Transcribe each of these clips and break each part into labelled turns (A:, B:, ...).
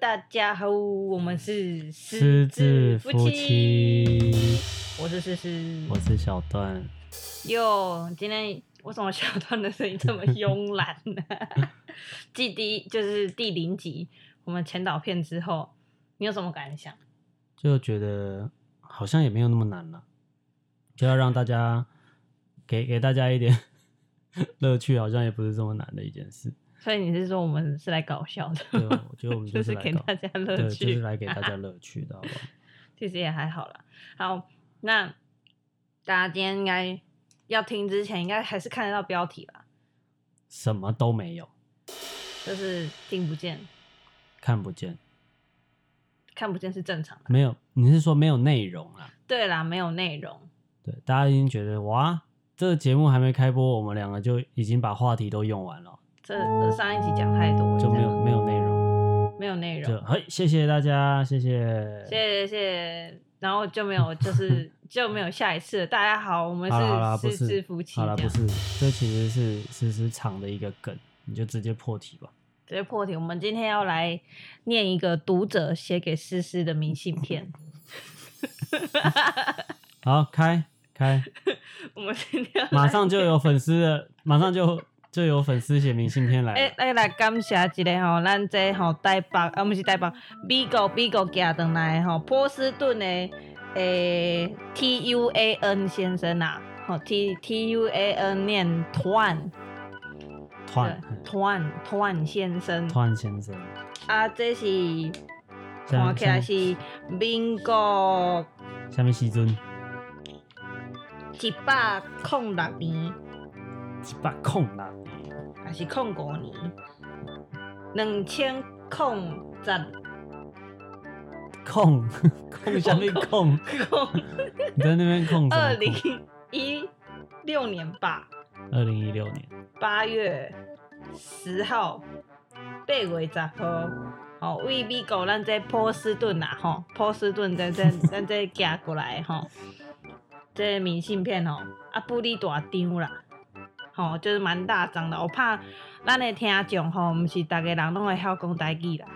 A: 大家好，我们是
B: 狮子夫妻，
A: 我是诗诗，
B: 我是小段。
A: 哟，今天为什么小段的声音这么慵懒呢、 继第一就是第零集我们前导片之后，你有什么感想？
B: 就觉得好像也没有那么难了，就要让大家给给大家一点 乐趣，好像也不是这么难的一件事。
A: 所以你是说我们是来搞笑
B: 对，
A: 的吗？
B: 我觉得我们
A: 就
B: 就是来
A: 给
B: 搞
A: 大家乐
B: 对，
A: 趣，
B: 就是来给大家乐趣的，好不好？
A: 其实也还好啦。好，那大家今天应该要听之前，应该还是看得到标题吧？
B: 什么都没有，
A: 就是听不见，
B: 看不见，
A: 看不见是正常的。
B: 没有，你是说没有内容啦？
A: 对啦，没有内容，
B: 对，大家已经觉得哇，这个节目还没开播，我们两个就已经把话题都用完了，
A: 这上一集讲太多了，
B: 就没
A: 这
B: 有
A: 样
B: 没有内容，
A: 没有内
B: 就
A: 容，
B: 嘿，谢谢大家，谢谢，
A: 谢谢谢谢，然后就没有就是 就没有下一次了。大家好，我们
B: 好啦好啦，
A: 是
B: 不
A: 失
B: 是
A: 之夫妻，
B: 好啦，
A: 这
B: 不
A: 样
B: 是，这其实是思思藏的一个梗，你就直接破题吧。
A: 直接破题。我们今天要来念一个读者写给诗诗的明信片。
B: 好，开开，
A: 我们今天要
B: 马上就有粉丝了，马上就就有粉丝写明信片哎来
A: 诶
B: 了，，
A: 哎来来感谢一下吼，咱这吼台北啊，毋是台北，啊美国美国寄转来的吼，啊波士顿的诶 T U A N 先生啊，吼 T T U A N 啊念 Tuan
B: 团
A: Tuan Tuan 先生，
B: 团先生，
A: 啊，这是
B: 下
A: 看起来
B: 下
A: 是民国
B: 下面时阵
A: 一百零六年。
B: 一百空啦，
A: 还是控五年，两千控十
B: 空 空下面空，
A: 控
B: 你在那边空什
A: 二
B: 么
A: 零
B: 空？
A: 一六年吧，
B: 二零一六年，
A: 八月十号，八月十号，哦，为美国咱这波士顿啦，吼，波士顿咱 这咱这寄过来吼，这明信片吼，啊，不哩大张啦，吼、就是蛮大张的，我怕咱的听众吼，毋是逐个人拢会晓讲台语啦，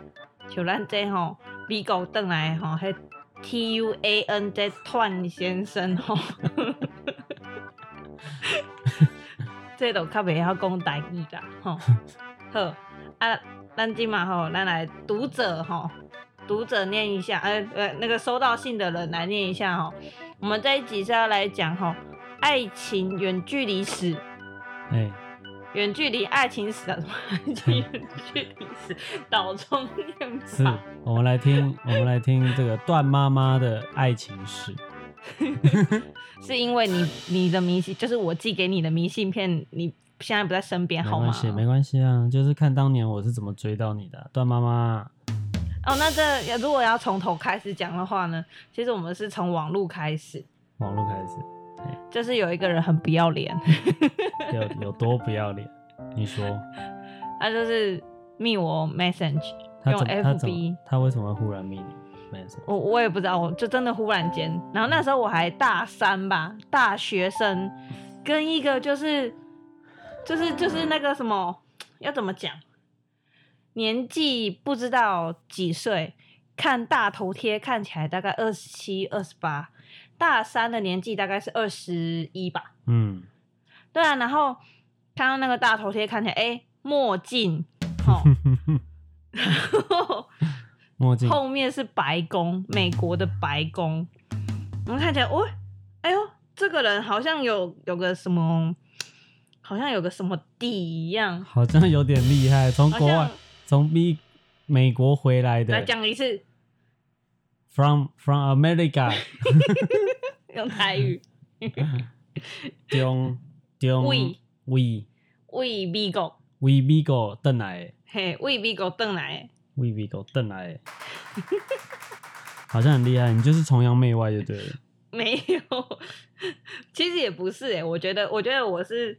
A: 像咱这吼，美国转来的吼，迄 T U A N 这团先生吼。这都较袂晓讲台语啦， 吼。好，啊，咱今嘛吼，咱来读者吼，读者念一下，呃呃，那个收到信的人来念一下吼。我们这一集是要来讲吼，爱情远距离史，
B: 哎，
A: 远距离爱情史啊，什么爱情远距离史， 倒装念
B: 是
A: 法。
B: 我们来听，我们来听这个段妈妈的爱情史。
A: 是因为你你的明信，就是我寄给你的明信片，你现在不在身边，
B: 没
A: 好吗
B: 关？系，没关系啊，就是看当年我是怎么追到你的啊、段妈妈。
A: 哦，那这如果要从头开始讲的话呢，其实我们是从网络开始，
B: 网络开始
A: 就是有一个人很不要脸，
B: 有有多不要脸？你说
A: 他就是密我 message，
B: 他
A: 用
B: 怎么他怎
A: FB
B: 么他为什么会忽然密你？没事，
A: 我我也不知道，我就真的忽然间，然后那时候我还大三吧，大学生，跟一个就是就是就是那个什么要怎么讲，年纪不知道几岁，看大头贴看起来大概二十七、二十八，大三的年纪大概是二十一吧，
B: 嗯，
A: 对啊，然后看到那个大头贴，看起来哎、诶墨镜，哦，然后
B: 墨镜
A: 后面是白宫，美国的白宫，我们看起来，哦，哎呦，这个人好像有有个什么，好像有个什么地一样，
B: 好像有点厉害，从
A: 好
B: 国外
A: 像
B: 从美美国回来
A: 来
B: 的
A: 讲一次
B: ，from from America，
A: 用台语，
B: 中中
A: We
B: we
A: 为美国，
B: we b i g o 邓来的
A: 嘿，为美国邓来的，
B: ，we b i g o 邓 来的，好像很厉害，你就是崇洋媚外就对了。
A: 没有， 其实也不是哎、我觉得，我觉得我是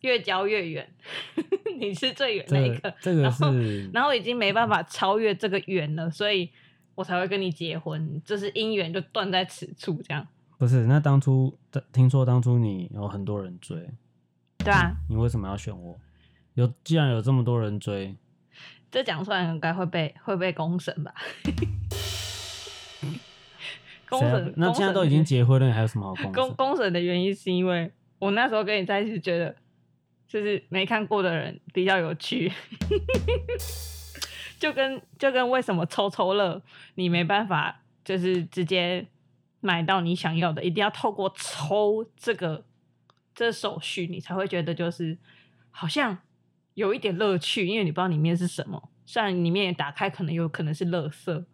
A: 越交越远， 你是最远
B: 这
A: 那一个
B: 个，这个
A: 然后
B: 是
A: 然后已经没办法超越这个缘了，所以我才会跟你结婚，就是姻缘就断在此处这样，
B: 不是，那当初的听说当初你有很多人追，
A: 对啊，
B: 你为什么要选我？有既然有这么多人追，
A: 这讲出来应该会被会被公审吧？公
B: 谁要
A: 审
B: 那
A: 公
B: 现在
A: 审
B: 都
A: 的
B: 已经
A: 原
B: 结婚了，你还有什么好公
A: 公
B: 审？
A: 公审的原因是因为我那时候跟你在一起，觉得就是没看过的人比较有趣， 就跟就跟为什么抽抽乐你没办法就是直接买到你想要的，一定要透过抽这个这手续，你才会觉得就是好像有一点乐趣，因为你不知道里面是什么，虽然里面也打开可能有可能是乐色，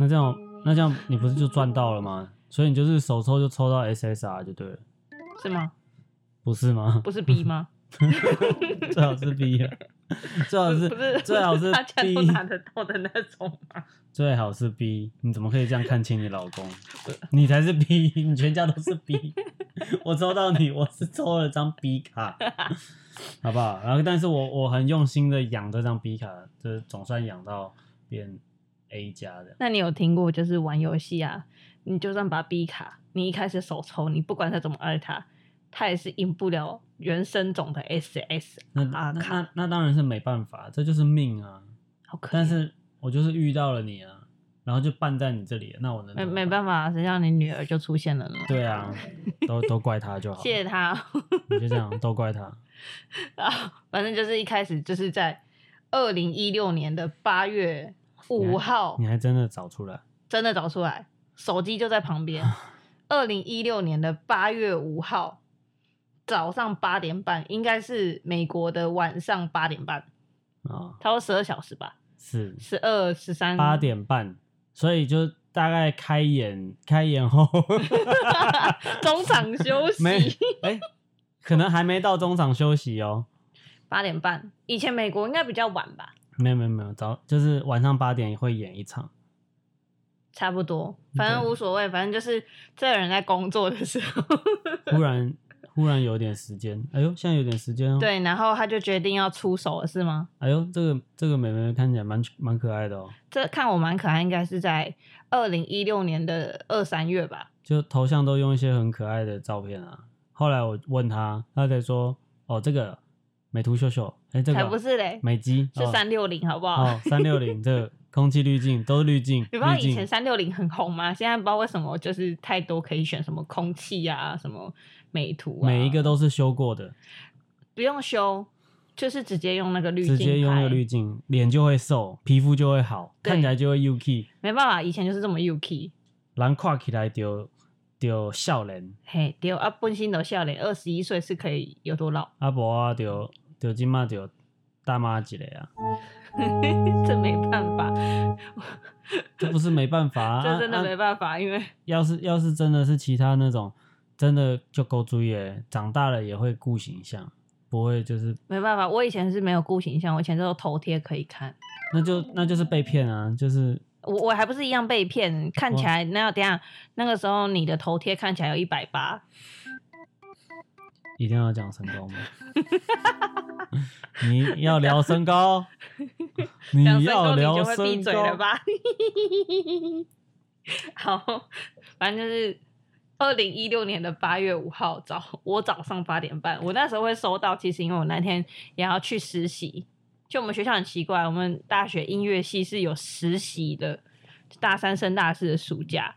B: 那这样那这样你不是就赚到了吗？所以你就是手抽就抽到 SSR 就对了，
A: 是吗？
B: 不是吗？
A: 不是 B 吗？
B: 最好是 B 啊，最好是
A: 不是
B: 最好是
A: 大家都
B: B，
A: 拿得到的那种 吗？
B: 最好是 B。你怎么可以这样看清你老 公？你才是 B，你全家都是 B。我抽到你，我是抽了张 B 卡，好不好？然后，但是我我很用心的养这张 B 卡，就是总算养到变 A 加的。
A: 那你有听过就是玩游戏啊？你就算把 B 卡，你一开始手抽，你不管他怎么爱他，他也是赢不了原生种的 SS，
B: 那
A: 啊
B: 那
A: 卡
B: 那那当然是没办法，这就是命啊。
A: 好可
B: 但
A: 怜。
B: 是我就是遇到了你啊，然后就绊在你这里了，那我能
A: 没
B: 怎么
A: 没办
B: 办
A: 法，谁叫你女儿就出现了呢？
B: 对啊，都都怪他就好了，
A: 谢谢他。
B: 你就这样都怪他。
A: 啊，反正就是一开始就是在二零一六年的八月
B: 你
A: 五
B: 还
A: 号
B: 你，还真的找出来，
A: 真的找出来，手机就在旁 边。二零一六年的八月五号早上八点半，应该是美国的晚上八点半，
B: 啊、
A: 差不多十二小时吧，
B: 是
A: 十二十三
B: 八。点半，所以就大概开演 开 演后
A: 中场休息
B: 没哎、可能还没到中场休息哦。
A: 八点半，以前美国应该比较晚吧，
B: 没有没有没有，早就是晚上八点会演一场，
A: 差不多，反正
B: 对
A: 无所谓，反正就是这个人在工作的时候，
B: 忽然忽然有点时间，哎呦，现在有点时间哦。，
A: 对，然后他就决定要出手了，是吗？
B: 哎呦，这个这个妹妹看起来蛮蛮可爱的哦，
A: 这看我蛮可爱，应该是在二零一六年的二三月吧，
B: 就头像都用一些很可爱的照片啊。后来我问她，她才说哦，这个美图秀秀，哎、这个
A: 才不是嘞，
B: 美肌
A: 是
B: 哦
A: 三六零，好不好？
B: 哦，三六 零这个空气滤镜都是滤镜，
A: 你不知道
B: 滤镜
A: 以前三六零很红吗？现在不知道为什么就是太多可以选，什么空气啊，什么美图啊，
B: 每一个都是修过的，
A: 不用修，就是直接用那个滤镜
B: 直
A: 拍，
B: 接用那个滤镜，脸就会瘦，皮肤就会好，
A: 对
B: 看起来就会 UK，
A: 没办法，以前就是这么 UK。
B: 人看起来就就笑脸，
A: 嘿，对啊，本身都笑脸，二十一岁是可以有多老？
B: 啊无啊就就即嘛就大妈一个啊，
A: 这没办法，
B: 这不是没办法 啊，
A: 这真的
B: 啊
A: 没办法，因为
B: 要是要是真的是其他那种，真的就够注意了，长大了也会顾形象，不会就是
A: 没办法，我以前是没有顾形象，我以前都头贴可以看。
B: 那就那就是被骗啊，就是
A: 我我还不是一样被骗，看起来那等一下那个时候你的头贴看起来有一百八，
B: 一定要讲身高吗？你要聊 身高，你
A: 讲身
B: 要
A: 高你
B: 聊
A: 就会闭
B: 身
A: 嘴了
B: 高，
A: 吧？ 好，反正就是二零一六年的八月五号早，我早上八点半，我那时候会收到，其实因为我那天也要去实习，就我们学校很奇怪，我们大学音乐系是有实习的，就大三升大四的暑假，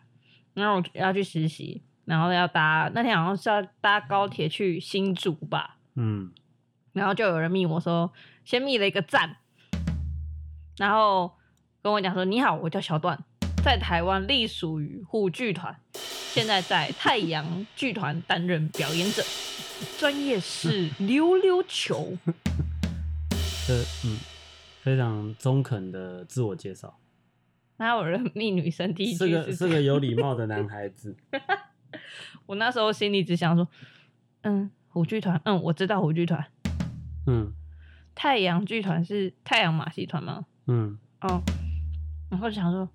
A: 然后我要去实习，然后要搭那天好像是要搭高铁去新竹吧，
B: 嗯，
A: 然后就有人密我说，先密了一个赞，然后跟我讲说：“你好，我叫小段，在台湾隶属于虎剧团，现在在太阳剧团担任表演者，专业是溜溜球。
B: 这嗯非常中肯的自我介绍，”
A: 哪有人密女生第一
B: 是
A: 句
B: 个
A: 是
B: 是个有礼貌的男孩子，
A: 我那时候心里只想说：“嗯，虎剧团，嗯，我知道虎剧团，
B: 嗯
A: 太阳剧团是太阳马戏团吗？
B: 嗯，
A: 哦，然后就想说，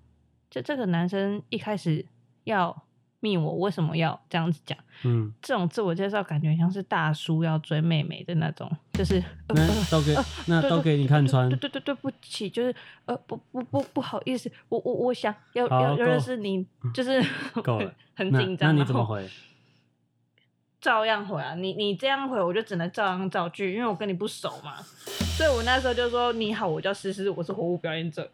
A: 这这个男生一开始要密我，为什么要这样子讲？
B: 嗯，
A: 这种自我介绍感觉像是大叔要追妹妹的那种，就是呃
B: 那
A: 呃
B: 都给那
A: 对
B: 都给你看穿
A: 对，对对对不起，就是呃不不不不好意思，我我我想要
B: 好
A: 要要
B: 够
A: 认识你，就是
B: 够了
A: 很
B: 那
A: 紧
B: 那
A: 张，哦
B: 你
A: 然
B: 怎么
A: 后
B: 回？
A: 照样回啊。你你这样回，我就只能照样造句，因为我跟你不熟嘛。所以我那时候就说：“你好，我叫思思，我是火舞表演者，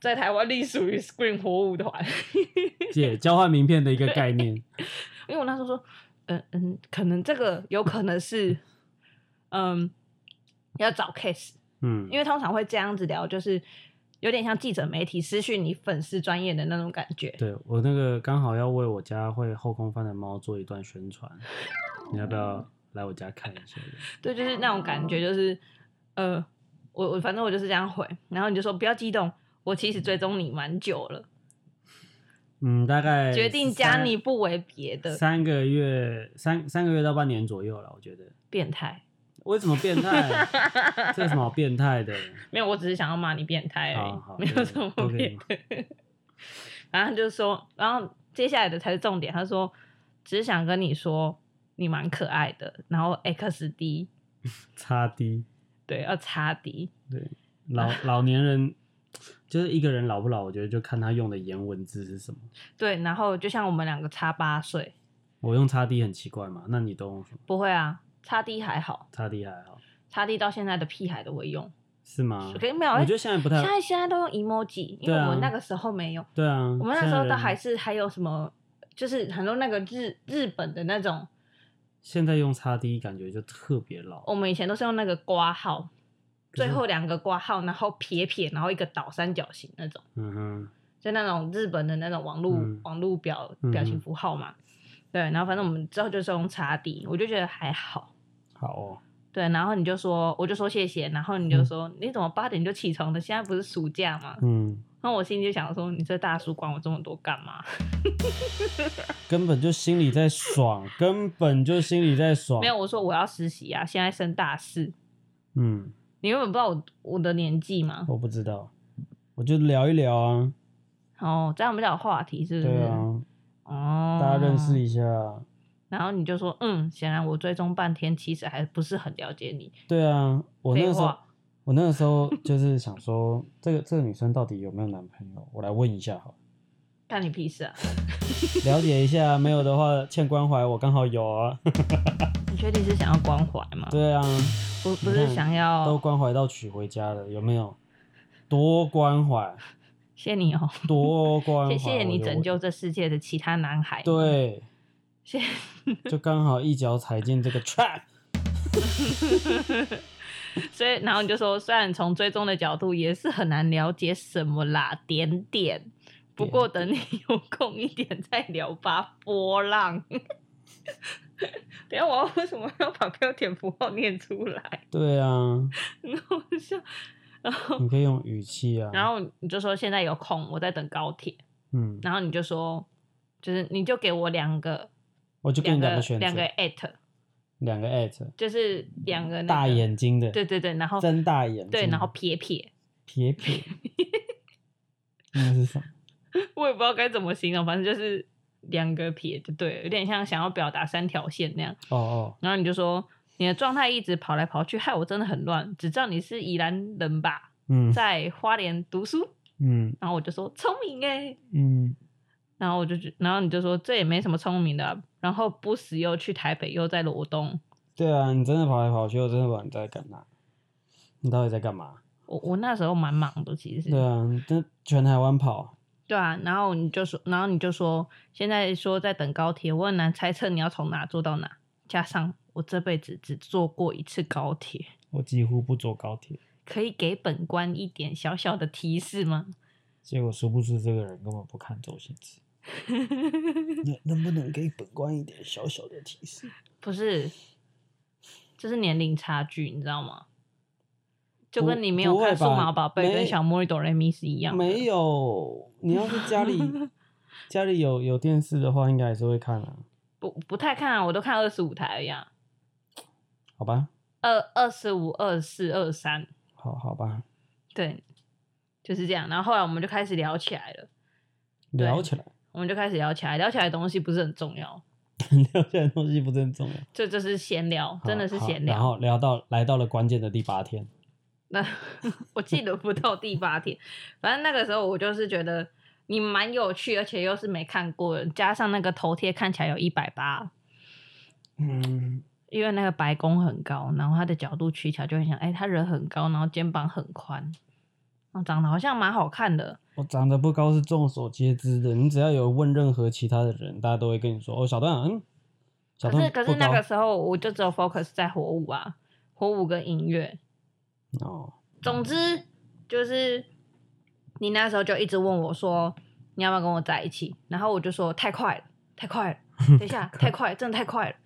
A: 在台湾隶属于 Scream 火舞团。
B: 姐交换名片的一个概念，”
A: 因为我那时候说：“嗯嗯，可能这个有可能是，嗯，要找 case，
B: 嗯，
A: 因为通常会这样子聊，就是有点像记者媒体私讯你粉丝专业的那种感觉。”
B: 对我那个刚好要为我家会后空翻的猫做一段宣传，你要不要来我家看一下？
A: 对，就是那种感觉，就是呃，我我反正我就是这样回，然后你就说不要激动，我其实追踪你蛮久了，
B: 嗯，大概
A: 决定加你不为别的
B: 三三个月，三三个月到半年左右了，我觉得。
A: 变态。
B: 为什么变态？这有什么好变态的？
A: 没有，我只是想要骂你变态而
B: 好好
A: 已，没有
B: 对
A: 什么
B: 都可以
A: 变态。然后他就说，然后接下来的才是重点，他说只是想跟你说你蛮可爱的，然后 X D
B: 差低，
A: 对要擦 D，
B: 老老年人就是一个人老不老，我觉得就看他用的颜文字是什么。
A: 对，然后就像我们两个差八岁，
B: 我用差低很奇怪嘛，那你都用什么？
A: 不会啊，差 D 还好，
B: 差低还好
A: 差 D 到现在的屁孩都会用。
B: 是吗？
A: 可是没有，哎
B: 我觉得现在不太
A: 现在现在都用 emoji，因为
B: 对啊
A: 我们那个时候没有，
B: 对啊，
A: 我们那时候
B: 现在人
A: 都还是还有什么，就是很多那个日日本的那种，
B: 现在用差低，感觉就特别老。
A: 我们以前都是用那个挂号，
B: 可是
A: 最后两个挂号，然后撇撇，然后一个倒三角形那种，
B: 嗯哼，
A: 就那种日本的那种网络、
B: 嗯
A: 网络表
B: 嗯
A: 表情符号嘛。对，然后反正我们之后就是用叉 D，我就觉得还好。
B: 好哦，
A: 对，然后你就说，我就说谢谢，然后你就说、你怎么八点就起床的？现在不是暑假吗？
B: 嗯，
A: 那我心里就想说，你这大叔管我这么多干嘛？
B: 根本就心里在爽，根本就心里在爽。
A: 没有，，我说我要实习啊，现在升大四，
B: 嗯，
A: 你原本不知道我我的年纪吗？
B: 我不知道，我就聊一聊啊，
A: 哦，这样比较有话题，是不是？
B: 对啊，
A: 哦，
B: 大家认识一下。
A: 然后你就说，嗯，显然我追踪半天，其实还不是很了解你。
B: 对啊，我那个时
A: 废
B: 候
A: 话，
B: 我那个时候就是想说，这个这个女生到底有没有男朋友？我来问一下好了，
A: 干你屁事啊！
B: 了解一下。没有的话，欠关怀，我刚好 有啊。
A: 你确定是想要关怀吗？
B: 对啊，
A: 不不
B: 你
A: 是
B: 看
A: 想
B: 都
A: 要
B: 关怀到娶回家了，有没有？多关怀，
A: 谢你哦，
B: 多关怀。
A: 谢谢你
B: 我就
A: 拯救这世界的其他男孩。，
B: 对，
A: 谢谢。
B: 就刚好一脚踩进这个 trap。
A: 所以然后你就说，虽然从追踪的角度也是很难了解什么啦，点点。不过等你有空一点再聊吧，波浪。 等一下我要为什么要把标点符号念出来？
B: 对啊，
A: 很好笑。然后，
B: 你可以用语气 啊。
A: 然，后你就说现在有空，我在等高铁。
B: 嗯，
A: 然后你就说，就是你就给我两个，
B: 我就给
A: 两
B: 你两
A: 个
B: 个选择
A: 两，个 at，
B: 两个 at，
A: 就是两个、那个、
B: 大。眼睛的，
A: 对对对，然后
B: 睁大眼睛，
A: 对，然后撇撇，
B: 撇 撇，那是什么？
A: 我也不知道该怎么形容，反正就是两个撇，就对了，有点像想要表达三条线那样。
B: 哦哦，
A: 然后你就说你的状态一直跑来跑去，害我真的很乱，只知道你是宜兰人吧，
B: 嗯
A: 在花莲读书。
B: 嗯
A: 然后我就说聪明哎，
B: 嗯，
A: 然后我就觉，然后你就说这也没什么聪明的啊、然后不时又去台北，又在罗东。
B: 对啊，你真的跑来跑去，我真的不知道你在干嘛，你到底在干嘛？
A: 我我那时候蛮忙的，其实
B: 对啊，你真的全台湾跑，
A: 对啊，然后你就说，然后你就说，现在说在等高铁，我很难猜测你要从哪坐到哪。加上我这辈子只坐过一次高铁，
B: 我几乎不坐高铁，
A: 可以给本官一点小小的提示吗？
B: 结果殊不知这个人根本不看周星 驰。能能不能给本官一点小小的提示？
A: 不是，这是年龄差距，你知道吗？就跟你没有
B: 不会
A: 看《数
B: 吧
A: 码宝贝》
B: 没
A: 跟《小魔女哆来咪》是一样的。
B: 没有，你要是家 里家里有有电视的话，应该还是会看啊，
A: 不不太看、啊，我都看二十五台而已、啊，
B: 好吧，
A: 二二十五、二四、二三，
B: 好好吧，
A: 对，就是这样。然后后来我们就开始聊起来了。对
B: 聊起来，
A: 我们就开始聊起来，聊起来的东西不是很重要，
B: 聊起来的东西不是很重要，
A: 这就是闲聊，真的是
B: 好
A: 闲
B: 然
A: 聊。
B: 后聊到来到了关键的第八天，
A: 那 我记得不到第八天，反正那个时候我就是觉得你蛮有趣，而且又是没看过的，加上那个头贴看起来有一百八，
B: 嗯，
A: 因为那个白宫很高，然后他的角度取巧就很像，哎、他人很高，然后肩膀很宽，然后长得好像蛮好看的。
B: 我长得不高是众所皆知的，你只要有问任何其他的人，大家都会跟你说哦，小段，嗯，小
A: 可
B: 段
A: 是可
B: 不
A: 是那
B: 高
A: 个时候我就只有 focus 在火舞啊，火舞跟音乐。
B: 哦，
A: 总之就是你那时候就一直问我说你要不要跟我在一起，然后我就说太快了，太快了，等一下太快，真的太快了。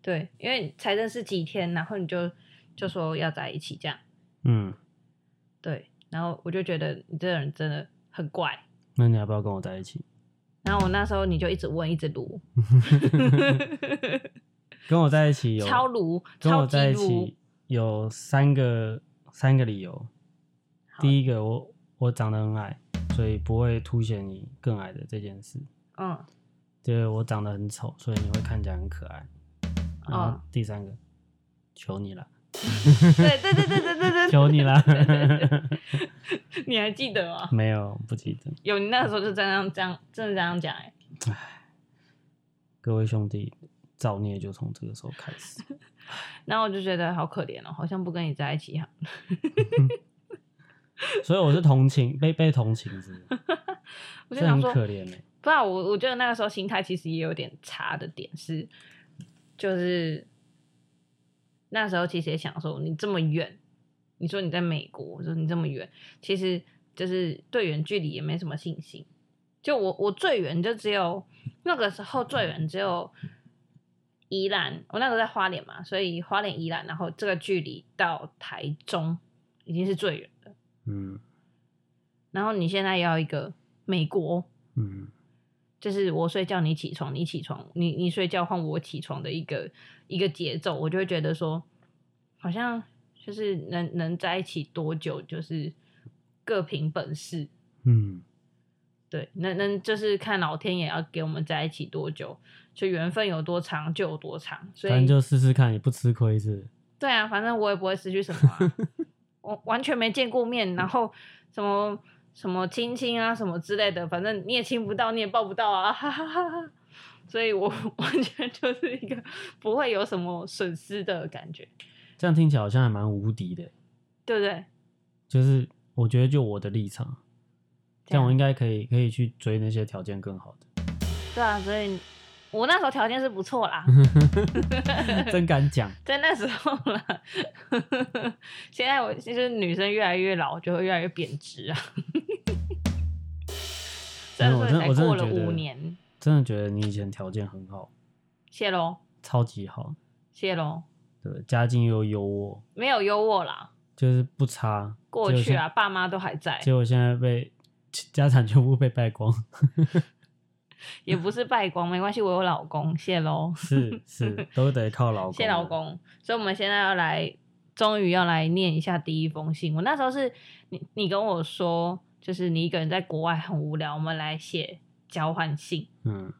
A: 对，因为你才认识几天，然后你就就说要在一起这样，
B: 嗯，
A: 对，然后我就觉得你这个人真的很怪。
B: 那你要不要跟我在一起？
A: 然后我那时候你就一直问，一直撸，
B: 跟我在一起有
A: 超撸，
B: 跟
A: 超
B: 我
A: 级
B: 在一
A: 撸
B: 起，有三个三个理由。第一个，我我长得很矮，所以不会凸显你更矮的这件事。
A: 嗯，
B: 第二，我长得很丑，所以你会看起来很可爱。然后
A: 哦
B: 第三个，求 你了，
A: 对对对对对对对，
B: 求你啦
A: 对对对你还记得吗？
B: 没有，不记得。
A: 有，你那时候就这样这样，真的这样讲哎、
B: 各位兄弟，造孽就从这个时候开始。
A: 然后我就觉得好可怜哦，好像不跟你在一起哈。
B: 所以我是同情，被被同情之，
A: 我就
B: 这
A: 想
B: 很
A: 说，
B: 可怜呢、欸
A: 不然我我觉得那个时候心态其实也有点差的点是，就是那时候其实也想说，你这么远，你说你在美国，我说你这么远，其实就是对远距离也没什么信心。就我我最远就只有那个时候最远只有宜兰，我那时候在花莲嘛，所以花莲宜兰，然后这个距离到台中已经是最远的。
B: 嗯
A: 然后你现在要一个美国，
B: 嗯
A: 就是我睡觉你起床，你起床你你睡觉换我起床的一个一个节奏，我就会觉得说，好像就是能能在一起多久，就是各凭本事。
B: 嗯，
A: 对，能能就是看老天爷要给我们在一起多久，就缘分有多长就有多长。所
B: 反正
A: 以
B: 就试试看，也不吃亏是。
A: 对啊，反正我也不会失去什么、 啊，我完全没见过面，然后什么什么亲亲啊什么之类的，反正你也亲不到，你也抱不到啊，哈哈哈哈。所以我 完全就是一个不会有什么损失的感觉，
B: 这样听起来好像还蛮无敌的、
A: 对不对？
B: 就是我觉得就我的立场，这样我应
A: 该
B: 该可以可以去追那些条件更好 的。
A: 对啊，所以我那时候条件是不错啦，
B: 嗯真敢 讲，
A: 在那时候啦， 现在我就是女生越来越老，就会越来越贬值啊。虽
B: 没
A: 然
B: 有
A: 说也才过
B: 我真的我真的
A: 了
B: 觉
A: 五
B: 得
A: 年，
B: 真的觉得你以前条件很好，
A: 谢喽
B: 超级好，
A: 谢喽，
B: 对，家境又优渥，
A: 没有优渥啦，
B: 就是不差。
A: 过
B: 结果
A: 去
B: 现
A: 啊，爸妈都还在，
B: 结果现在被家产全部被败光，
A: 也不是败 光，没关系，我有老公，谢喽，
B: 是是，都得靠老公。
A: 谢老。公，所以我们现在要来，终于要来念一下第一封信。我那时候是你，你跟我说，就是你一个人在国外很无聊，我们来写交换信，
B: 嗯，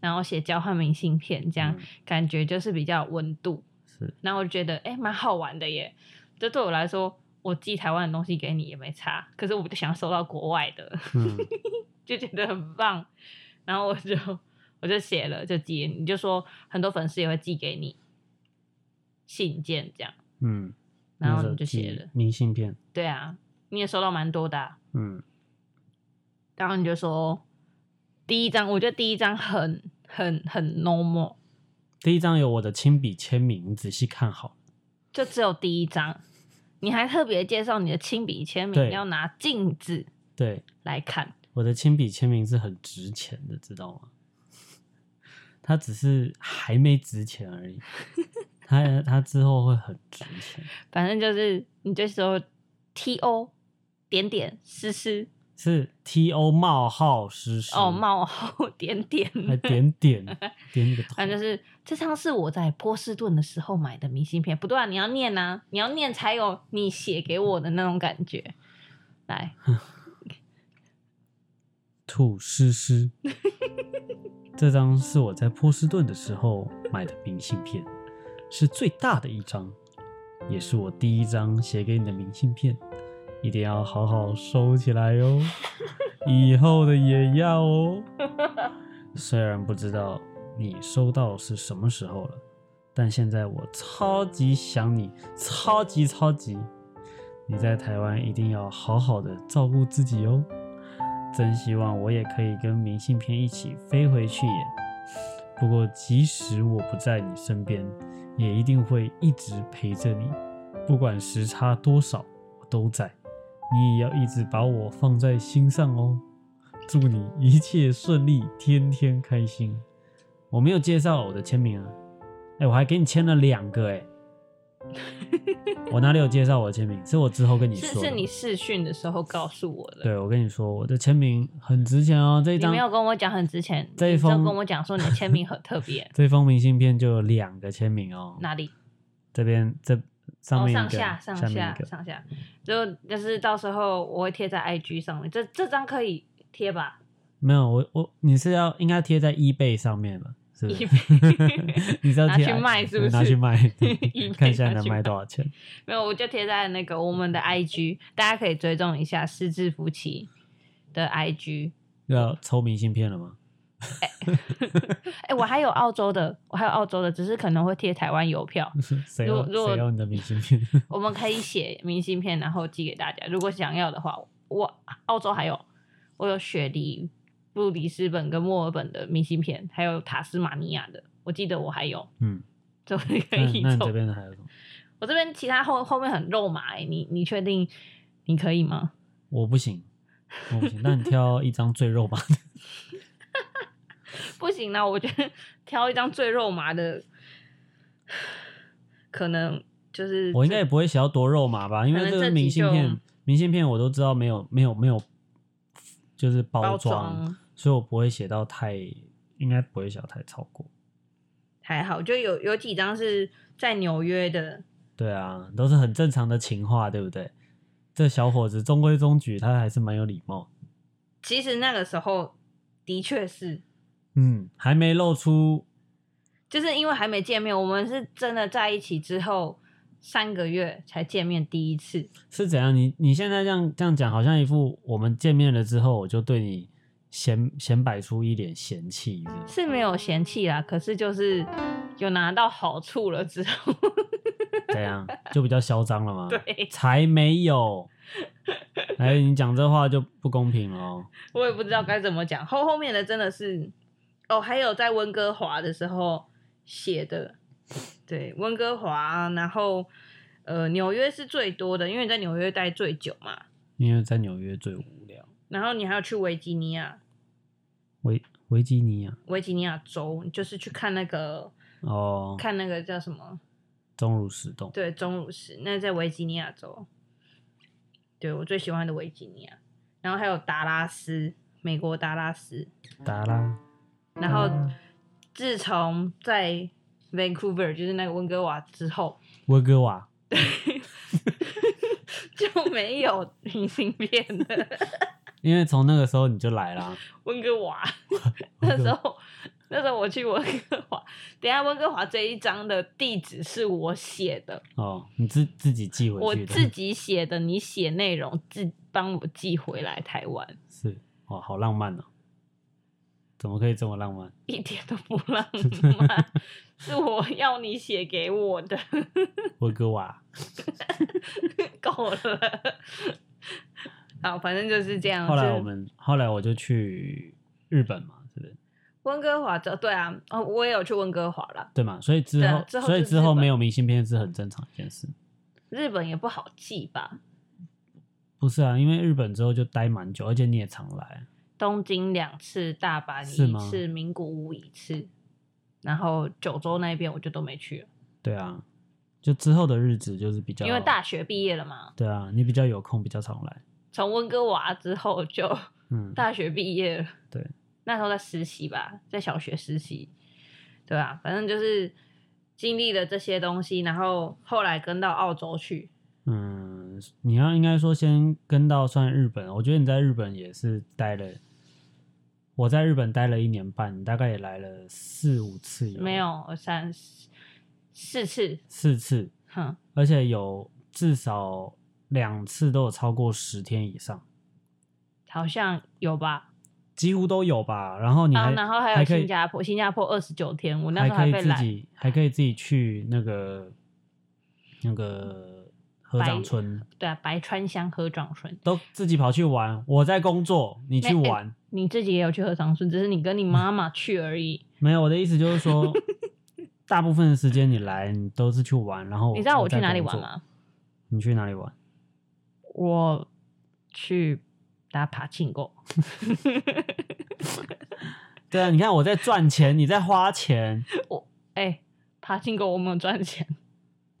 A: 然后写交换明信片，这样、
B: 嗯
A: 感觉就是比较有温度。
B: 是
A: 然后我就觉得，哎、蛮好玩的耶。这对我来说，我寄台湾的东西给你也没差，可是我就想收到国外的。
B: 嗯
A: 就觉得很棒，然后我就我就写了，就寄，你就说很多粉丝也会寄给你信件这样，
B: 嗯，
A: 然
B: 那
A: 后
B: 时候
A: 你就写
B: 寄
A: 了，
B: 明信片，
A: 对啊，你也收到蛮多的啊、
B: 嗯
A: 然后你就说第一张，我觉得第一张很很很 normal，
B: 第一张有我的亲笔签名，你仔细看好。
A: 就只有第一张，你还特别介绍你的亲笔签名
B: 对
A: 要拿镜子
B: 对，
A: 来看，
B: 我的亲笔签名是很值钱的，知道吗？它只是还没值钱 而已，它它之后会很值钱。
A: 反正就是你这时候 T O 点点思思
B: 是 T O 冒号诗诗
A: 哦冒号 点点
B: 还点 点点你个头，
A: 反正就是这张是我在波士顿的时候买的明信片，不对啊，你要念啊，你要念才有你写给我的那种感觉。来，
B: 吐诗诗。这张是我在波士顿的时候买的明信片，是最大的一张，也是我第一张写给你的明信片，一定要好好收起来哟，以后的也要哦。虽然不知道你收到是什么时候了，但现在我超级想你，超级超级。你在台湾一定要好好的照顾自己哦。真希望我也可以跟明信片一起飞回去耶。不过即使我不在你身边，也一定会一直陪着你，不管时差多少，我都在。你也要一直把我放在心上哦。祝你一切顺利，天天开心。我没有介绍我的签名啊，哎、我还给你签了两个哎、 我哪里有介绍我的签名？是我之后跟你
A: 是
B: 说的。
A: 是你试训的时候告诉我的。
B: 对，我跟你说，我的签名很值钱哦。这一
A: 你
B: 张
A: 没有跟我讲很值钱，
B: 这一
A: 你只有
B: 封，
A: 跟我讲说你的签名很特别
B: 这封明信片就有两个签名哦。
A: 哪里？
B: 这边这上
A: 哦，
B: 面一个，
A: 上下上
B: 面
A: 下
B: 一个，
A: 上下，就就是到时候我会贴在 IG 上面，这这张可以贴吧？
B: 没有我我你是要应该贴在 eBay 上面吧？是不是
A: eBay
B: 你是要
A: 拿
B: 贴
A: 去卖是不
B: 拿去
A: 是
B: 卖对
A: eBay
B: 看一下
A: 拿
B: 能
A: 去
B: 卖
A: 卖
B: 多少钱。
A: 没有，我就贴在那个我们的 IG，大家可以追踪一下失智夫妻的 IG。
B: 要抽明信片了吗？
A: 哎、我还有澳洲的，我还有澳洲的，只是可能会贴台湾邮票。
B: 谁
A: 如
B: 要
A: 如果
B: 谁要你的明信片？
A: 我们可以写明信片，然后寄给大家。如果想要的话，我澳洲还有我有雪梨、布里斯本跟墨尔本的明信片，还有塔斯马尼亚的，我记得我还有，
B: 嗯，
A: 这我可
B: 那
A: 以
B: 那你
A: 抽
B: 这。边还有什么？
A: 我这边其他后后面很肉麻、欸，你你确定你可以吗？
B: 我不行，我不行。那你挑一张最肉吧。
A: 不行啦，我觉得挑一张最肉麻的，可能就是
B: 我应该也不会想要多肉麻吧，因为
A: 可能
B: 这个
A: 这
B: 明
A: 集
B: 信
A: 就
B: 片，明信片我都知道没有没有没有，就是包
A: 包
B: 装，
A: 装
B: 所以我不会写到太，应该不会写到太超过。
A: 还好，就有有几张是在纽约的，
B: 对啊，都是很正常的情话，对不对？这小伙子中规中矩，他还是蛮有礼貌。
A: 其实那个时候的确是，
B: 嗯，还没露出，
A: 就是因为还没见面，我们是真的在一起之后三个月才见面第一次，
B: 是怎样？你你现在这样这样讲，好像一副我们见面了之后，我就对你显显摆出一脸嫌弃，是吗？
A: 是没有嫌弃啦，可是就是有拿到好处了之后，
B: 怎样？就比较嚣张了吗？
A: 对
B: 才没有。哎，你讲这话就不公平了哦。
A: 我也不知道该怎么讲。后后面的真的是，哦，还有在温哥华的时候写的，对，温哥华，啊然后呃，纽约是最多的，因为你在纽约待最久嘛，
B: 因为在纽约最无聊，
A: 然后你还要去维吉尼亚，
B: 维维吉尼亚
A: 维吉尼亚州，就是去看那个
B: 哦，
A: 看那个叫什么？
B: 钟乳石洞。
A: 对，钟乳石，那在维吉尼亚州。对我最喜欢的维吉尼亚，然后还有达拉斯，美国达拉斯。
B: 达拉，
A: 然后
B: 嗯
A: 自从在 Vancouver，就是那个温哥华之后，
B: 温哥华，
A: 就没有明信片了。
B: 因为从那个时候你就来啦。
A: 温哥华那时候，那时候我去温哥华，等一下温哥华这一张的地址是我写的，
B: 哦，你自自己寄回
A: 我
B: 去的，
A: 自己写的，你写内容自帮我寄回来台湾。
B: 是哦，好浪漫哦。怎么可以这么浪漫？
A: 一点都不浪漫，是我要你写给我的，
B: 温哥华，
A: 够了。好，反正就是这样。
B: 后来
A: 嗯就
B: 我们后来我就去日本嘛，是不是？
A: 温哥华州，对啊，哦，我也有去温哥华啦。
B: 对嘛？所以之
A: 对
B: 后
A: 啊，之后
B: 所以
A: 就是
B: 之后
A: 日本
B: 没有明信片是很正常一件事。
A: 日本也不好记吧？
B: 不是啊，因为日本之后就待蛮久，而且你也常来。
A: 东京两次，大阪
B: 是吗
A: 一次，名古屋一次，然后九州那边我就都没去了，
B: 对啊，就之后的日子就是比较
A: 因为大学毕业了嘛。
B: 对啊，你比较有空，比较常来。
A: 从温哥华之后就
B: 嗯，
A: 大学毕业了，
B: 对，
A: 那时候在实习吧，在小学实习，对啊，反正就是经历了这些东西，然后后来跟到澳洲去，
B: 嗯，你要应该说先跟到算日本，我觉得你在日本也是待了，我在日本待了一年半，你大概也来了四五次有，
A: 没有三四次，
B: 四次，
A: 哼，
B: 而且有至少两次都有超过十天以上，
A: 好像有吧，
B: 几乎都有吧。然后你还、
A: 啊，然后还有
B: 还可以
A: 新加坡，新加坡二十九天，我那
B: 还
A: 时候
B: 可以
A: 被
B: 自
A: 拦。
B: 己还可以自己去那个那个合掌村，
A: 对啊，白川乡合掌村，
B: 都自己跑去玩。我在工作，你去
A: 没哎
B: 玩。
A: 你自己也有去合掌村，只是你跟你妈妈去而已。
B: 没有，我的意思就是 说，大部分的时间你来，你都是去玩。然后
A: 你知道我
B: 我
A: 去
B: 在
A: 哪里
B: 工
A: 玩
B: 作？
A: 吗？
B: 你去哪里玩？
A: 我去打爬庆 功。
B: 对啊，你看我在赚钱，你在花钱，
A: 哎、爬庆功我没有赚钱，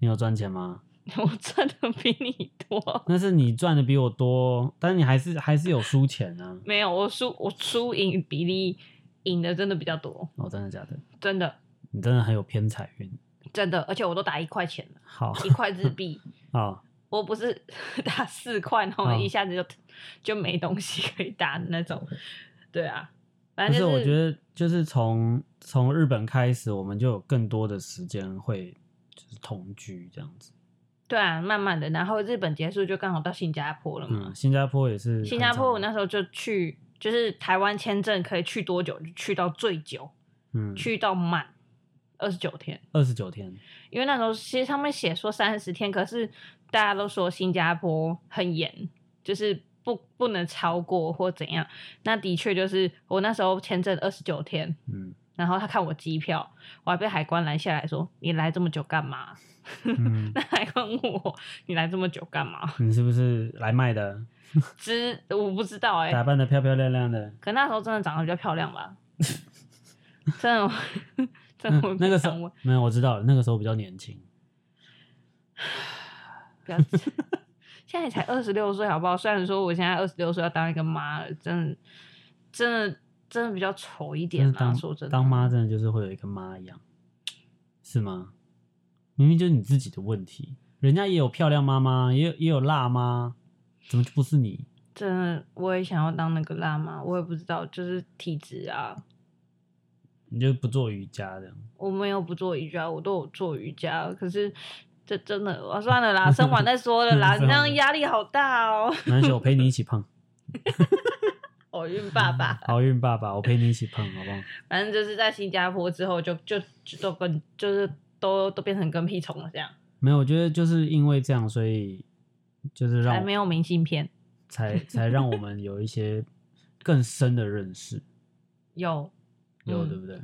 B: 你有赚钱吗？
A: 我赚的比你多。
B: 那是你赚的比我多，但是你还是还是有输钱啊。
A: 没有，我输我输赢比例赢的真的比较多，
B: 哦，真的假的？
A: 真的
B: 你真的很有偏财运。
A: 真的，而且我都打一块钱了，
B: 好
A: 一块日币，
B: 啊、
A: 我不是 打四块，然后
B: 嗯
A: 一下子就、就没东西可以打的那种。对啊，反
B: 但
A: 正
B: 是
A: 就
B: 我觉得，就是从从日本开始，我们就有更多的时间会就是同居这样子。
A: 对啊，慢慢的，然后日本结束就刚好到新加坡了嘛。
B: 嗯，新加坡也是很常。
A: 新加坡我那时候就去，就是台湾签证可以去多久就去到最久，
B: 嗯
A: 去到满二十九天。
B: 二十九天，
A: 因为那时候其实上面写说三十天，可是大家都说新加坡很严，就是不不能超过或怎样。那的确就是我那时候签证二十九天，
B: 嗯
A: 然后他看我机票，我还被海关拦下来说：“你来这么久干嘛？”
B: 嗯，
A: 那海关问我：“你来这么久干嘛
B: 你是不是来卖的？？”
A: 之我不知道哎、
B: 打扮的漂漂亮亮的。
A: 可那时候真的长得比较漂亮吧？ 真的， 真的我
B: 嗯，那个时
A: 不想问
B: 候没有，我知道了，那个时候比较年轻。
A: 不要， 现在才二十六岁，好不好？虽然说我现在二十六岁要当一个妈了，真的，真的，真的比较丑一点
B: 但是
A: 啦。
B: 当
A: 说真的，
B: 当妈真的就是会有一个妈一样，是吗？明明就是你自己的问题，人家也有漂亮妈妈，也有也有辣妈，怎么就不是你？
A: 真的，我也想要当那个辣妈，我也不知道，就是体质啊。
B: 你就不做瑜伽这样？
A: 我没有不做瑜伽，我都有做瑜伽，可是这真的，我、算了 啦，生完再说了啦，
B: 生
A: 你
B: 完
A: 这样
B: 再
A: 压力好大哦。
B: 没关系，我陪你一起胖。
A: 好运爸 爸，
B: 好运爸爸，我陪你一起胖，好不好？
A: 反正就是在新加坡之后就，就就都跟就是都都变成跟屁虫了，这样
B: 没有，我觉得就是因为这样，所以就是让
A: 才
B: 我
A: 没有明信片。
B: 才才让我们有一些更深的认识，
A: 有
B: 有
A: 嗯
B: 对不对？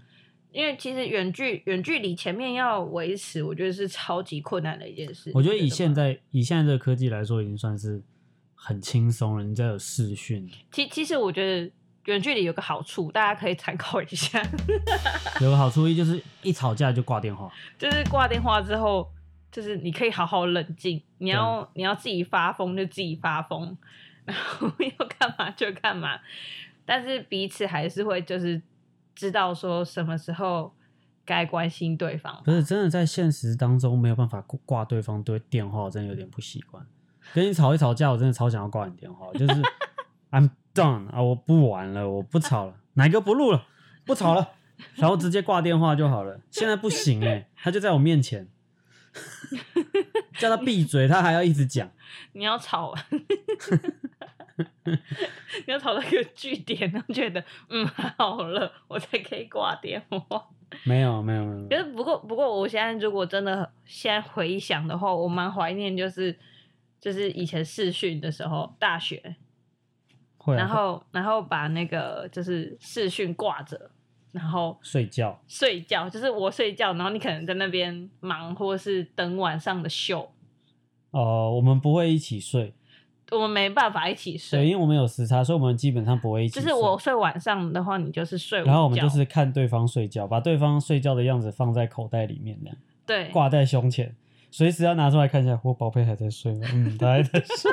A: 因为其实远距远距离前面要维持，我觉得是超级困难的一件事。
B: 我觉
A: 觉
B: 得以现
A: 在，
B: 在以现在这个科技来说，已经算是很轻松了。人家有视 讯，
A: 其其实我觉得远距离有个好处，大家可以参考一下，
B: 有个好处一就是一吵架就挂电话，
A: 就是挂电话之后，就是你可以好好冷静，你要你要自己发疯就自己发疯，然后 要干嘛就干嘛，但是彼此还是会就是知道说什么时候该关心对方吧。
B: 可是真的在现实当中没有办法挂挂对方对电话，我真的有点不习惯。跟你吵一吵架，我真的超想要挂你电话，就是 I'm done 啊，我不玩了，我不吵了，哪个不录了，不吵了，然后直接挂电话就好了。现在不行哎、他就在我 面前，叫他闭嘴，他还要一直讲。
A: 你要吵， 你要吵到一个据点，然后觉得嗯好了，我才可以挂电话。
B: 没有没有没有没
A: 可
B: 有，
A: 是不过不过，我现在如果真的现在回想的话，我蛮怀念就是就是以前试训的时候，大学，
B: 会啊
A: 然后然后把那个就是试训挂着，然后
B: 睡觉，
A: 睡觉，就是我睡觉，然后你可能在那边忙或是等晚上的秀，
B: 哦，我们不会一起睡，
A: 我们没办法一起
B: 对，
A: 睡。
B: 因为我们有时差，所以我们基本上不会一起
A: 就
B: 睡。
A: 是我睡晚上的话，你就是睡午觉。
B: 然后我们就是看对方睡觉，把对方睡觉的样子放在口袋里面，这样
A: 对，
B: 挂在胸前，随时要拿出来看一下，我宝贝还在睡吗？嗯，他还在睡，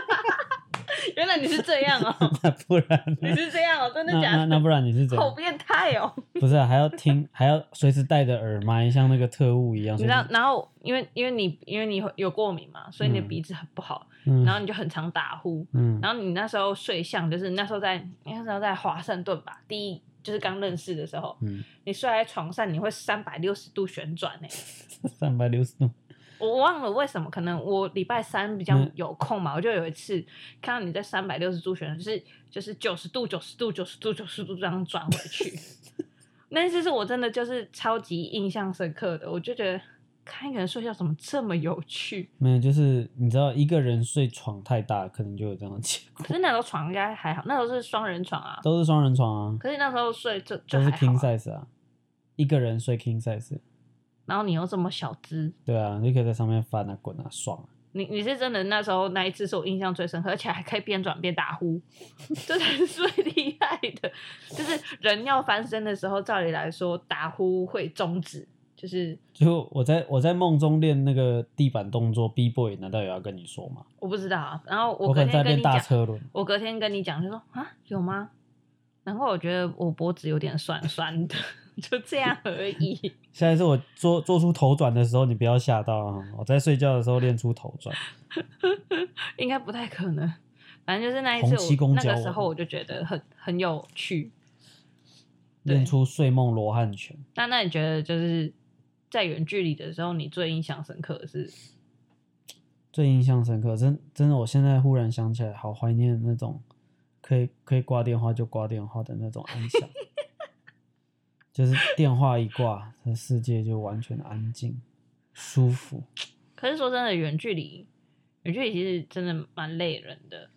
A: 原来你是这样哦、
B: 那不然
A: 你
B: 呢？
A: 是这样哦、真的
B: 那
A: 假
B: 那
A: 的？
B: 那不然你是怎
A: 好
B: 样？
A: 变态哦、
B: 不是啊、还要听，还要随时戴着耳麦，像那个特务一样。
A: 你
B: 随
A: 知
B: 时
A: 道，然后因为因为你因为你有过敏嘛，所以你的
B: 嗯
A: 鼻子很不好，
B: 嗯
A: 然后你就很常打呼。
B: 嗯
A: 然后你那时候睡相就是你那时候在你那时候在华盛顿吧，第一就是刚认识的时候，
B: 嗯，
A: 你睡在床上你会三百六十度旋转呢、欸
B: 三百六十度，
A: 我忘了为什么，可能我礼拜三比较
B: 嗯
A: 有空嘛，我就有一次看到你在三百六十度旋转，就是就是九十度、九十度、九十度、九十度这样转回 去。那一次是我真的就是超级印象深刻的，我就觉得看一个人睡觉怎么这么有趣。
B: 没有，就是你知道一个人睡床太大，可能就有这样的结果。
A: 可是那时候床应该还好，那时候是双人床啊。
B: 都是双人床啊，
A: 可是那时候睡就就
B: 都是
A: 还
B: king
A: 好啊、
B: size 啊，一个人睡 king size，
A: 然后你又这么小只，
B: 对啊，你就可以在上面翻啊滚啊爽啊。
A: 你你是真的那时候那一次是我印象最深刻，而且还可以边转边打呼， 这才是最厉害的。就是人要翻身的时候，照理来说打呼会终止，就是
B: 就我在我在梦中练那个地板动作 B boy，难道也要跟你说吗？
A: 我不知道啊。然后
B: 我
A: 我
B: 可
A: 隔
B: 能在
A: 天跟
B: 练
A: 你
B: 大
A: 讲，
B: 车轮，
A: 我隔天跟你讲就说啊有吗？难怪我觉得我脖子有点酸酸的，就这样而已。
B: 下一次我做做出头转的时候，你不要吓到啊！我在睡觉的时候练出头转，
A: 应该不太可能。反正就是那一
B: 洪
A: 次
B: 七
A: 我，
B: 公啊
A: 那
B: 教
A: 个
B: 我
A: 时候我就觉得很很有趣。对
B: 练出睡梦罗汉拳。
A: 那那你觉得就是在远距离的时候，你最印象深刻的是？
B: 最印象深刻，真真的，我现在忽然想起来，好怀念那种可以可以挂电话就挂电话的那种安详，就是电话一挂，这世界就完全安静、舒服。
A: 可是说真的，远距离，远距离其实真的蛮累人的。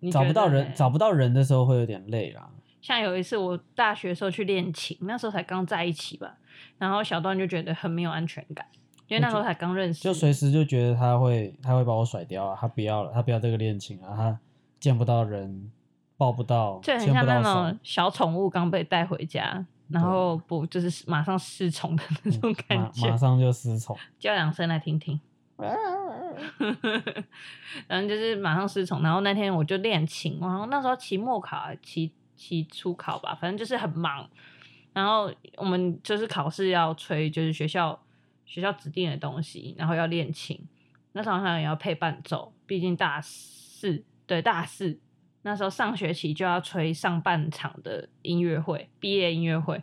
A: 你
B: 找
A: 觉
B: 不到
A: 得
B: 人，
A: 嘞
B: 找不到人的时候会有点累啦。
A: 像有一次我大学的时候去练琴，那时候才刚在一起吧，然后小段就觉得很没有安全感，因为那时候才刚认识，
B: 就随时就觉得他会他会把我甩掉啊，他不要了，他不要这个恋情啊，他见不到人，抱不到，
A: 就很
B: 牵
A: 像
B: 不
A: 那
B: 到手
A: 种，小宠物刚被带回家，然后不就是马上失宠的那种感
B: 嗯马
A: 觉
B: 马。上就失宠。
A: 叫两声来听 听。然后就是马上失宠，然后那天我就练琴，然后那时候期末考、期期初考吧，反正就是很忙。然后我们就是考试要吹，就是学校学校指定的东西，然后要练琴。那时候好像也要配伴奏，毕竟大四对大四那时候上学期就要吹上半场的音乐会，毕业音乐会。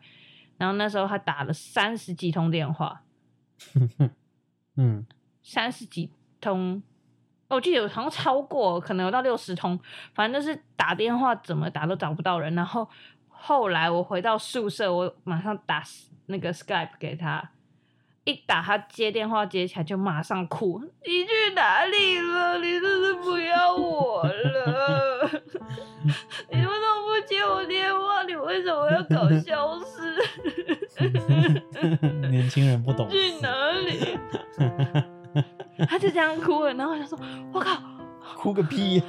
A: 然后那时候他打了三十几通电话，
B: 嗯，
A: 三十几通，哦我记得有好像超过，可能有到六十通，反正就是打电话怎么打都找不到人。然后后来我回到宿舍，我马上打 s- 那个 Skype 给他，一打他接电话接起来就马上哭，你去哪里了？你是不是不要我了？你为什么不接我电话？你为什么要搞消失？
B: 年轻人不懂事。
A: 去哪里？他就这样哭了，然后我就说：“我靠，
B: 哭个屁呀、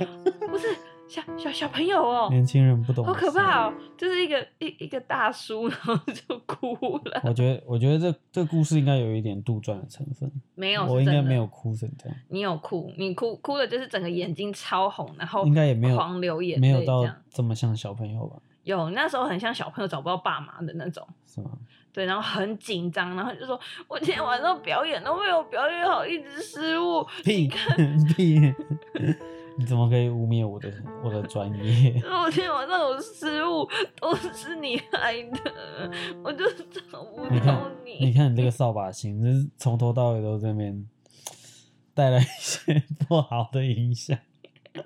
A: 不是小小小朋友哦、
B: 年轻人不懂，
A: 好可怕哦、！就是一个一一个大叔，然后就哭了。
B: 我觉得，我觉得这这故事应该有一点杜撰的成分，
A: 没有，
B: 我
A: 是
B: 应
A: 真
B: 该
A: 的
B: 没有，哭成这样，
A: 你有哭，你哭哭的就是整个眼睛超红，然后
B: 应该也没有
A: 狂流眼
B: 没有
A: 泪这
B: 到
A: 样
B: 这么像小朋友吧？
A: 有那时候很像小朋友找不到爸妈的那种。”
B: 是吗？
A: 对，然后很紧张，然后就说：“我今天晚上表演都没有表演好，一直失误，
B: 屁
A: 啊
B: 屁！你怎么可以污蔑我的我的专业？
A: 我今天晚上有失误，都是你害的，我就是找不
B: 你看
A: 到
B: 你看你这个扫把星，就是从头到尾都在那边带来一些不好的影响，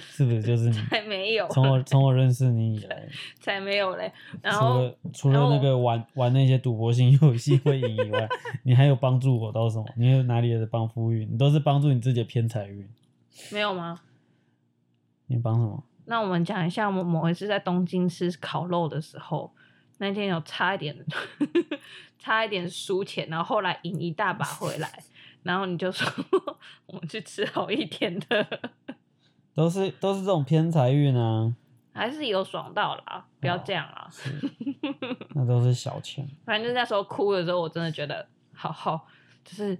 B: 是不是？就是 你
A: 才没有，
B: 从我从我认识你以来，
A: 才没有嘞。然
B: 除
A: 后
B: 了除了
A: 然后
B: 那个玩玩那些赌博性游戏会赢以外， 你还有帮助我到什么？你有哪里的帮夫运？你都是帮助你自己的偏财运。
A: 没有吗？
B: 你帮什么？
A: 那我们讲一下，我们某一次在东京吃烤肉的时候，那天有差一点， 差一点输钱，然后后来赢一大把回来，然后你就说我们去吃好一点的，
B: 都是都是这种偏财 运啊，
A: 还是有爽到啦，不要这样啦。
B: 是那都是小钱。
A: 反正就是那时候哭的时候，我真的觉得好好，就是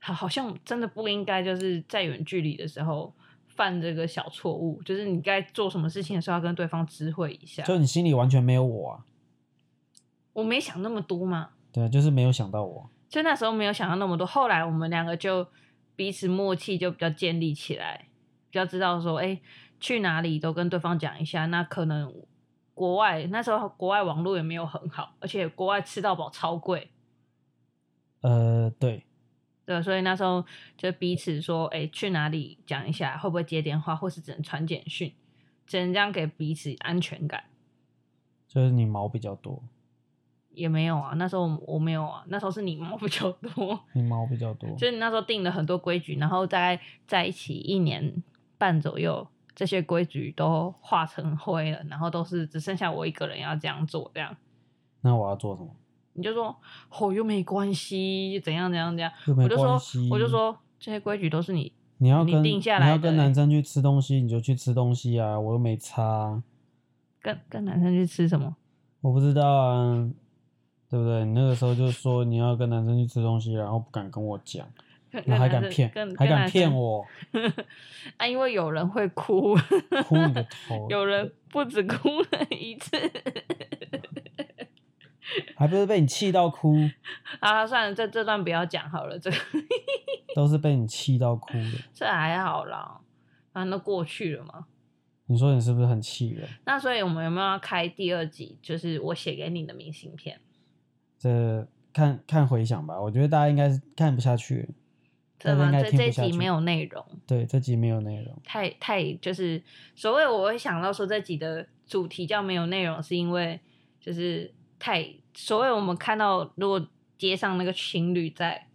A: 好好像真的不应该就是在远距离的时候犯这个小错误，就是你该做什么事情的时候要跟对方知会一下。
B: 就你心里完全没有我啊，
A: 我没想那么多嘛，
B: 对，就是没有想到我。
A: 就那时候没有想到那么多。后来我们两个就彼此默契就比较建立起来，比较知道说，哎、去哪里都跟对方讲一下。那可能国外那时候国外网络也没有很好，而且国外吃到饱超贵，
B: 呃，对，
A: 对，所以那时候就彼此说，哎，去哪里讲一下，会不会接电话，或是只能传简讯，只能这样给彼此安全感。
B: 就是你毛比较多，
A: 也没有啊，那时候我我没有啊，那时候是你毛比较多，
B: 你毛比较多，
A: 就是你那时候定了很多规矩，然后大概在一起一年半左右，这些规矩都化成灰了，然后都是只剩下我一个人要这样做，这样
B: 那我要做什么？
A: 你就说哦又没关系，怎样怎样怎样，
B: 又没
A: 我就
B: 关
A: 说
B: 系，
A: 我就说这些规矩都是你
B: 你要
A: 你
B: 跟
A: 定下
B: 你
A: 来
B: 要
A: 的
B: 跟男生去吃东西，你就去吃东西啊，我又没差啊，
A: 跟跟男生去吃什么，
B: 我不知道啊，对不对？你那个时候就说你要跟男生去吃东西，然后不敢跟我讲，
A: 跟
B: 然后还
A: 跟男
B: 敢
A: 生
B: 骗
A: 跟，
B: 还
A: 跟
B: 敢
A: 男
B: 骗
A: 生
B: 我， 哦
A: 啊，因为有人会哭，
B: 哭你的头，
A: 有人不止哭了一次。
B: 还不是被你气到哭，
A: 好了，算了，这这段不要讲好了，这个
B: 都是被你气到哭的。
A: 这还好啦，反正都过去了嘛。
B: 你说你是不是很气人？
A: 那所以我们有没有要开第二集？就是我写给你的明信片，
B: 这看看回想吧，我觉得大家应该是看不下去了，
A: 对
B: 大家
A: 吗？
B: 应该
A: 这
B: 听
A: 这
B: 不
A: 一
B: 下
A: 集
B: 去
A: 没有内容，
B: 对，这集没有内容。
A: 太太就是所谓我会想到说这集的主题叫没有内容，是因为就是太所谓我们看到如果街上那个情侣在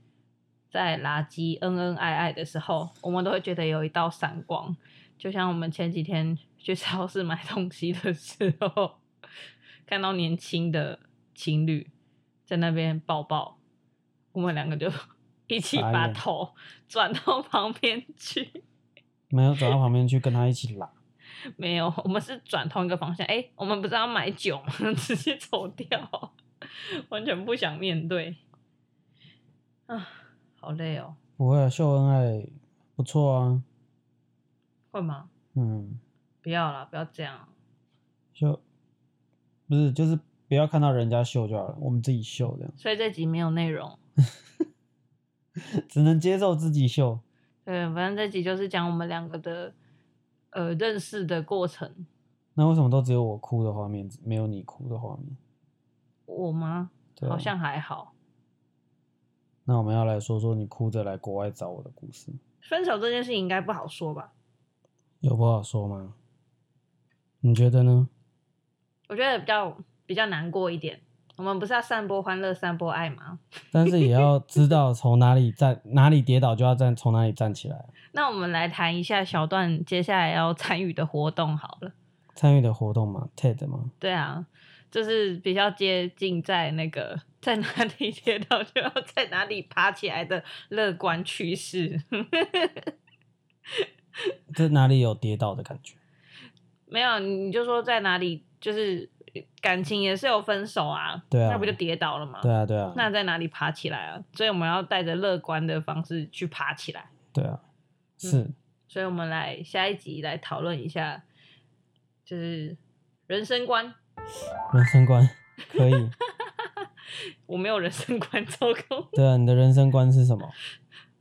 A: 在垃圾恩恩爱爱的时候，我们都会觉得有一道闪光，就像我们前几天去超市买东西的时候，看到年轻的情侣在那边抱抱，我们两个就 一起
B: 傻
A: 把
B: 眼
A: 头转到旁边去。
B: 没有走到旁边去跟他一起拉，
A: 没有，我们是转同一个方向。哎、我们不是要买酒吗？ 直接走掉， 完全不想面对。啊，好累哦，
B: 不会啊，秀恩爱不错啊，
A: 会吗？
B: 嗯，
A: 不要啦，不要这样。
B: 就不是就是不要看到人家秀就好了，我们自己秀这样，
A: 所以这集没有内容。
B: 只能接受自己秀。
A: 对，反正这集就是讲我们两个的呃认识的过程。
B: 那为什么都只有我哭的画面，没有你哭的画面？
A: 我吗？
B: 对啊
A: 好像还好。
B: 那我们要来说说你哭着来国外找我的故事，
A: 分手这件事情应该不好说吧？
B: 有不好说吗？你觉得呢？
A: 我觉得比较比较难过一点。我们不是要散播欢乐、散播爱吗？
B: 但是也要知道从哪里站，哪里跌倒就要站，从哪里站起来。
A: 那我们来谈一下小段接下来要参与的活动好了。
B: 参与的活动嘛，TED 嘛，
A: 对啊，就是比较接近在那个在哪里 跌倒就要在哪里爬起来的乐观趋势。
B: 这哪里有跌倒的感觉？
A: 没有，你就说在哪里，就是感情也是有分手啊，
B: 对啊
A: 那不就跌倒了吗？
B: 对啊，对啊，
A: 那在哪里爬起来啊？所以我们要带着乐观的方式去爬起来。
B: 对啊，是、
A: 所以我们来下一集来讨论一下，就是人生观。
B: 人生观可以。
A: 我没有人生观， 糟糕。
B: 对啊，你的人生观是什么？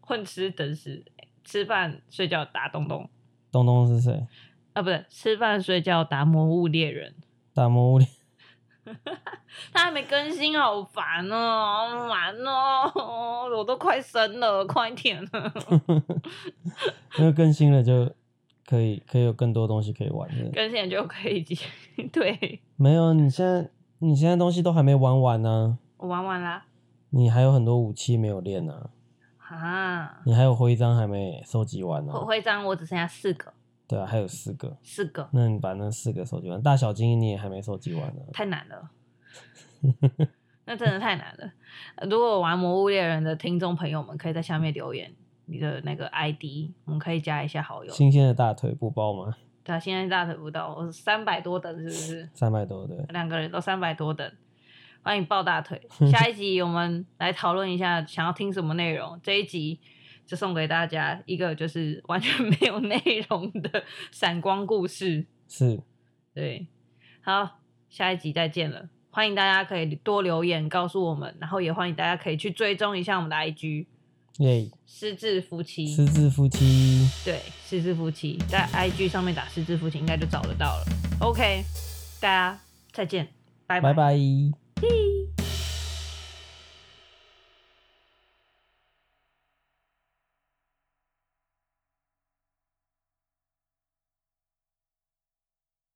A: 混吃等死，吃饭睡觉打东东
B: 东东是谁？
A: 啊，不是吃饭睡觉打魔物猎人，
B: 大魔物猎，
A: 他还没更新，好烦哦，好烦哦，我都快生了，快点了，
B: 因为更新了就可以可以有更多东西可以玩的。
A: 更新了就可以接对
B: 没有，你现在你现在东西都还没玩完呢、
A: 我玩完啦
B: 你还有很多武器没有练呢、
A: 啊，
B: 你还有徽章还没收集完呢、
A: 我徽章我只剩下四个，
B: 对啊，还有四个，
A: 四个
B: 那你把那四个收集完，大小精英你也还没收集完啊呢、
A: 太难了。那真的太难了。如果玩《魔物猎人》的听众朋友们，可以在下面留言你的那个 ID，我们可以加一下好友。
B: 新鲜的大腿不包吗？
A: 对啊，现在大腿不到，我三百多等是不是？
B: 三百多对，
A: 两个人都三百多等，欢迎抱大腿。下一集我们来讨论一下想要听什么内容，这一集就送给大家一个就是完全没有内容的闪光故事。
B: 是
A: 对，好，下一集再见了。欢迎大家可以多留言告诉我们，然后也欢迎大家可以去追踪一下我们的 IG
B: 耶，
A: 失智夫妻，
B: 失智夫妻，
A: 对，失智夫妻在 IG 上面打失智夫妻应该就找得到了。OK，大家再见，拜
B: 拜
A: 拜。
B: 拜。
A: 嘿